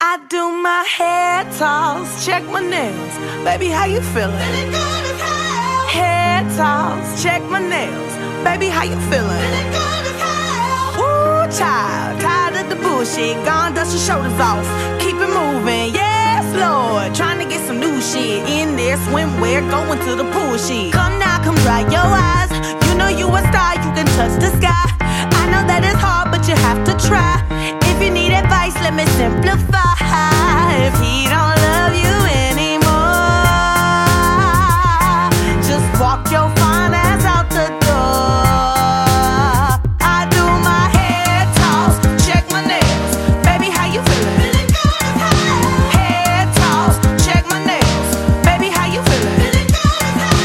I do my hair toss, check my nails. Baby, how you feeling? Feeling good as hell. Hair toss, check my nails. Baby, how you feeling? Feeling good as hell. Ooh, child, tired of the bullshit. Gone, dust your shoulders off. Keep it moving, yes, Lord. Trying to get some new shit in there. Swimwear, going to the pool shit. Come now, come dry your eyes. You know you a star, you can touch the sky. I know that it's hard, but you have to try. If you need advice, let me simplify. If he don't love you anymore, just walk your fine ass out the door. I do my hair toss, check my nails. Baby, how you feeling? Feeling good as hell. Hair toss, check my nails. Baby, how you feeling? Feeling good as hell.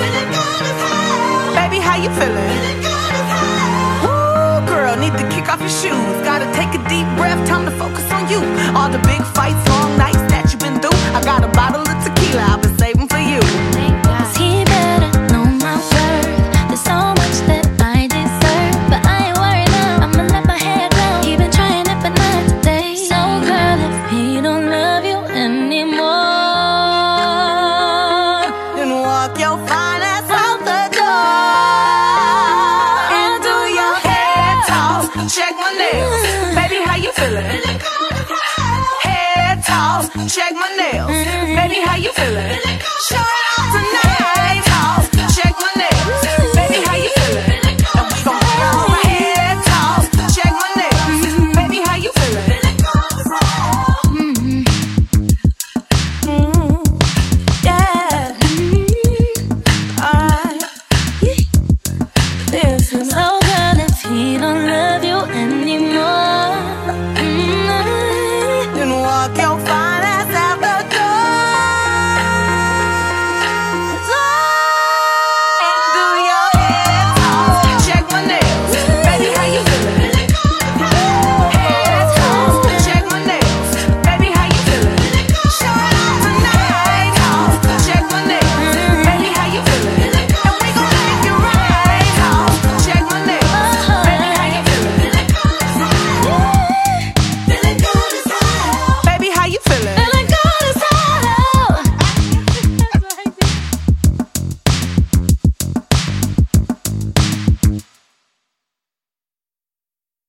Feeling good as hell. Baby, how you feeling? Feeling good as hell. Ooh, girl, need to kick off your shoes. Gotta take a deep breath, time to focus on you. All the big fights, long nights that you've been through. I got a bottle of tequila I've been saving for you. Cause he better know my worth. There's so much that I deserve. But I ain't worried now. I'ma let my hair grow. He been trying it, but not today. So, girl, if he don't love you anymore, Then walk your fine ass out the door. And do your hair toss, check my nails. Baby, how you feeling? Feeling good as hell. Hair toss, check my nails. Baby, how you feeling? Feeling good as hell. Mm-hmm. mm-hmm. Oh,